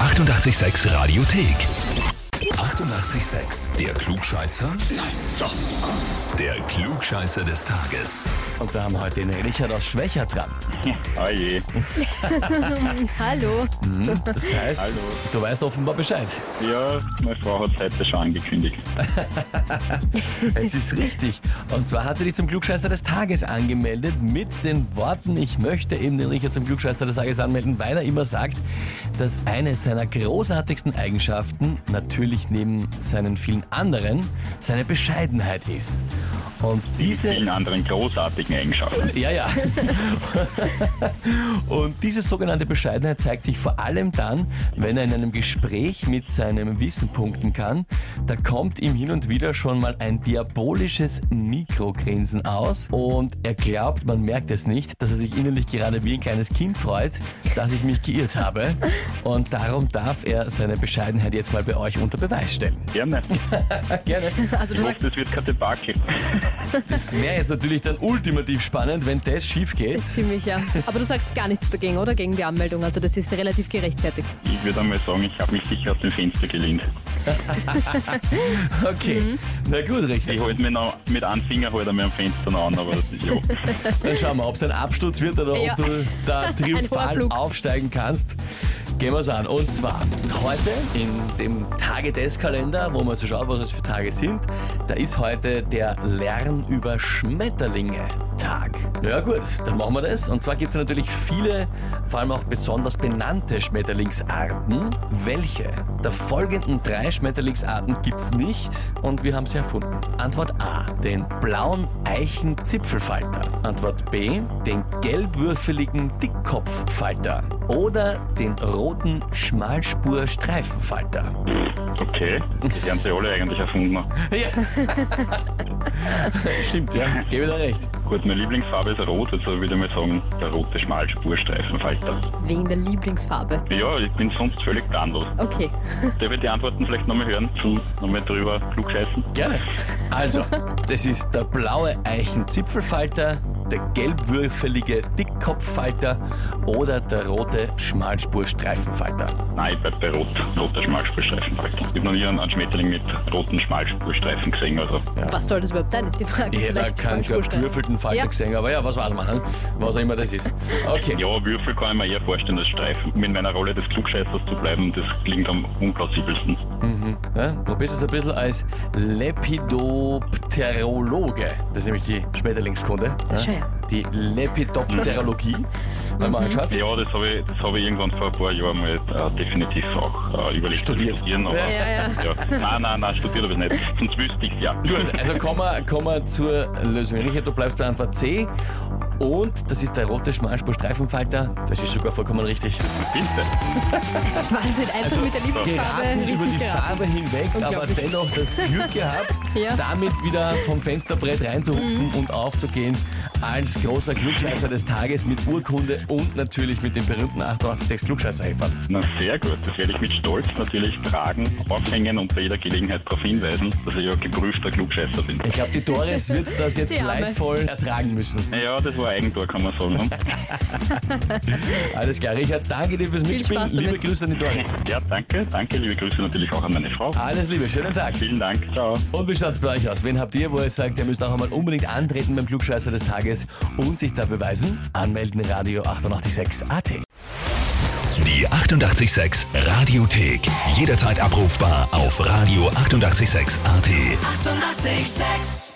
886 Radiothek. 88,6. Der Klugscheißer? Nein, doch. Der Klugscheißer des Tages. Und da haben wir heute den Richard aus Schwächer dran. Oh je. Hallo. Das heißt, Hallo. du weißt offenbar Bescheid. Ja, meine Frau hat es heute schon angekündigt. Es ist richtig. Und zwar hat sie dich zum Klugscheißer des Tages angemeldet mit den Worten, ich möchte eben den Richard zum Klugscheißer des Tages anmelden, weil er immer sagt, dass eine seiner großartigsten Eigenschaften, natürlich neben seinen vielen anderen, seine Bescheidenheit ist. Und diese... Vielen anderen großartigen Eigenschaften. Ja, ja. Und diese sogenannte Bescheidenheit zeigt sich vor allem dann, wenn er in einem Gespräch mit seinem Wissen punkten kann. Da kommt ihm hin und wieder schon mal ein diabolisches Mikrogrinsen aus und er glaubt, man merkt es nicht, dass er sich innerlich gerade wie ein kleines Kind freut, dass ich mich geirrt habe. Und darum darf er seine Bescheidenheit jetzt mal bei euch unter Beweis stellen. Gerne. Gerne. Also Ich du hoffe, sagst, das wird kein Debakel. Das wäre jetzt natürlich dann ultimativ spannend, wenn das schief geht. ziemlich ja. Aber du sagst gar nichts dagegen, oder? Gegen die Anmeldung. Also das ist relativ gerechtfertigt. Ich würde einmal sagen, ich habe mich sicher aus dem Fenster gelehnt. Okay. Na gut, Richard. Ich halte mir noch mit einem Finger halt einmal am Fenster noch an, aber das ist ja. Dann schauen wir, ob es ein Absturz wird oder Ja. ob du da triumphal Vorflug. aufsteigen kannst. Gehen wir es an. Und zwar heute in dem Tage-Des-Kalender, wo man so schaut, was es für Tage sind, da ist heute der Lern über Schmetterlinge. Tag. Ja gut, dann machen wir das. Und zwar gibt es natürlich viele, vor allem auch besonders benannte Schmetterlingsarten. Welche der folgenden drei Schmetterlingsarten gibt es nicht und wir haben sie erfunden? Antwort A, den blauen Eichenzipfelfalter. Antwort B, den gelbwürfeligen Dickkopffalter. Oder den roten Schmalspurstreifenfalter. Okay. Die haben sie alle eigentlich erfunden. Ja. Stimmt, ja. Gebe dir recht. Gut, meine Lieblingsfarbe ist rot, also würde ich mal sagen, der rote Schmalspurstreifenfalter. Wegen der Lieblingsfarbe. Ja, ich bin sonst völlig planlos. Okay. Der wird die Antworten vielleicht nochmal hören, zu nochmal drüber klugscheißen. Gerne. Also, das ist der blaue Eichenzipfelfalter, der gelbwürfelige Dickkopffalter oder der rote Schmalspurstreifenfalter. Nein, ich bleib bei rot. Roter Schmalspurstreifenfalter. Ich habe noch nie einen einen Schmetterling mit roten Schmalspurstreifen gesehen, also Was soll das überhaupt sein, ist die Frage. Ich hätte auch Vielleicht keinen Schmalspurstreifen. gewürfelten Falter Ja. gesehen, aber ja, was weiß man, ne? was auch immer das ist. Okay. Ja, Würfel kann ich mir eher vorstellen als Streifen. Um in meiner Rolle des Klugscheißers zu bleiben, das klingt am unplausibelsten. Mhm. Ja, probierst es ein bisschen als Lepidopterologe. Das ist nämlich die Schmetterlingskunde. Das ja? schon, ja. Die Lepidopterologie. Wenn man anschaut. Ja, das habe ich, das hab ich irgendwann vor ein paar Jahren mal äh, definitiv auch äh, überlegt Studiert. zu studieren. Aber, Ja, Ja, ja. ja. Nein, nein, nein, studiert habe ich nicht. Sonst wüsste ich ja. Gut, also kommen wir, kommen wir zur Lösung. Richard, du bleibst bei Antwort C. Und das ist der rote Schmalspurstreifenfalter. Das ist sogar vollkommen richtig. Bitte. Wahnsinn, einfach mit der Lieblingsfarbe Geraten Also über die richtig geraten. Farbe hinweg, aber Unglaublich. dennoch das Glück gehabt, Ja. Mhm. damit wieder vom Fensterbrett reinzuhupfen und aufzugehen als großer Klugscheißer des Tages mit Urkunde und natürlich mit dem berühmten 886 klugscheißer -Eifern. Na sehr gut, das werde ich mit Stolz natürlich tragen, aufhängen und bei jeder Gelegenheit darauf hinweisen, dass ich ja geprüfter Klugscheißer bin. Ich glaube, die Doris wird das jetzt Die Arme. leidvoll ertragen müssen. Ja, das war Eigentor, kann man sagen. ne? Alles klar, Richard, danke dir fürs Mitspielen. Spaß damit. Liebe Grüße an die Doris. Ja, danke, danke, liebe Grüße natürlich auch an meine Frau. Alles Liebe, schönen Tag. Vielen Dank, ciao. Und wie schaut's bei euch aus? Wen habt ihr, wo ihr sagt, ihr müsst auch einmal unbedingt antreten beim Klugscheißer des Tages und sich da beweisen? Anmelden Radio 886 AT. Die 88,6 Radiothek. Jederzeit abrufbar auf radio886.at. 88,6. Eighty-eight, sex.